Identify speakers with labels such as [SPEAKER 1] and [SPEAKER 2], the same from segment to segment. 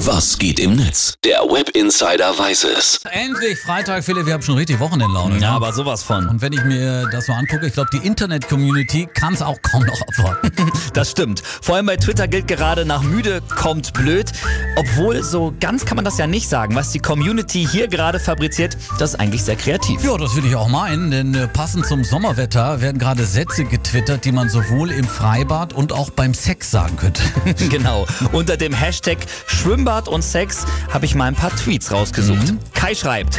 [SPEAKER 1] Was geht im Netz? Der Web Insider weiß es.
[SPEAKER 2] Endlich Freitag, Philipp. Wir haben schon richtig Wochenendlaune.
[SPEAKER 3] Ja,
[SPEAKER 2] ne?
[SPEAKER 3] aber sowas von.
[SPEAKER 2] Und wenn ich mir das so angucke, ich glaube, die Internet-Community kann es auch kaum noch abwarten.
[SPEAKER 3] Das stimmt. Vor allem bei Twitter gilt gerade, nach müde kommt blöd. Obwohl, so ganz kann man das ja nicht sagen. Was die Community hier gerade fabriziert, das ist eigentlich sehr kreativ.
[SPEAKER 2] Ja, das will ich auch meinen, denn äh, passend zum Sommerwetter werden gerade Sätze getwittert, die man sowohl im Freibad und auch beim Sex sagen könnte.
[SPEAKER 3] genau. Unter dem Hashtag Schwimmbad und Sex habe ich mal ein paar Tweets rausgesucht.
[SPEAKER 1] Mhm.
[SPEAKER 3] Kai schreibt,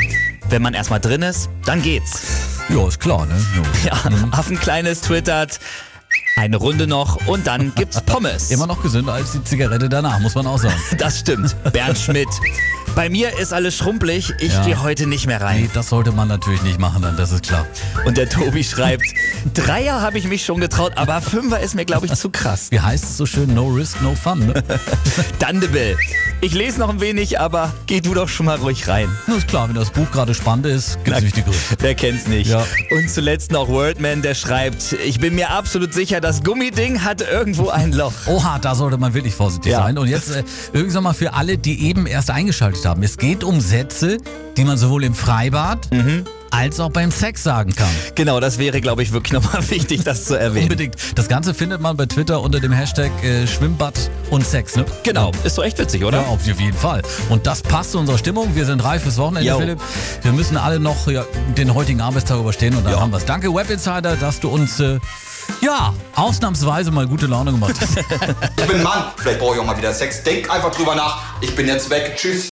[SPEAKER 3] wenn man erstmal drin ist, dann geht's.
[SPEAKER 2] ja, ist klar, ne? Ja.
[SPEAKER 3] Ja,
[SPEAKER 1] Mhm.
[SPEAKER 3] Affenkleines twittert, eine Runde noch und dann gibt's Pommes.
[SPEAKER 2] Immer noch gesünder als die Zigarette danach, muss man auch sagen.
[SPEAKER 3] Das stimmt. Bernd Schmidt. Bei mir ist alles schrumpelig, ich
[SPEAKER 2] Ja.
[SPEAKER 3] gehe heute nicht mehr rein.
[SPEAKER 2] Nee, das sollte man natürlich nicht machen, dann, das ist klar.
[SPEAKER 3] Und der Tobi schreibt, Dreier habe ich mich schon getraut, aber Fünfer ist mir, glaube ich, zu krass.
[SPEAKER 2] Wie heißt es so schön? No risk, no fun. Ne?
[SPEAKER 3] Dandebill, ich lese noch ein wenig, aber geh du doch schon mal ruhig rein.
[SPEAKER 2] Na, ist klar, wenn das Buch gerade spannend ist, gibt es nicht die Gründe.
[SPEAKER 3] Wer kennt's nicht?
[SPEAKER 2] Ja.
[SPEAKER 3] Und zuletzt noch Wordman, der schreibt, ich bin mir absolut sicher, das Gummiding hat irgendwo ein Loch.
[SPEAKER 2] Oha, da sollte man wirklich vorsichtig
[SPEAKER 3] Ja.
[SPEAKER 2] sein. Und jetzt äh, übrigens nochmal für alle, die eben erst eingeschaltet haben. Es geht um Sätze, die man sowohl im Freibad
[SPEAKER 3] Mhm.
[SPEAKER 2] als auch beim Sex sagen kann.
[SPEAKER 3] Genau, das wäre, glaube ich, wirklich nochmal wichtig, das zu erwähnen.
[SPEAKER 2] Unbedingt. Das Ganze findet man bei Twitter unter dem Hashtag äh, Schwimmbad und Sex. Ne?
[SPEAKER 3] Genau, ist doch echt witzig, oder?
[SPEAKER 2] Ja, auf jeden Fall. Und das passt zu unserer Stimmung. Wir sind reif fürs Wochenende,
[SPEAKER 3] Jo.
[SPEAKER 2] Philipp. Wir müssen alle noch ja, den heutigen Arbeitstag überstehen und dann
[SPEAKER 3] Jo.
[SPEAKER 2] haben wir es. Danke, Web Insider, dass du uns äh, ja ausnahmsweise mal gute Laune gemacht hast.
[SPEAKER 4] Ich bin ein Mann, vielleicht brauche ich auch mal wieder Sex. Denk einfach drüber nach. Ich bin jetzt weg. Tschüss.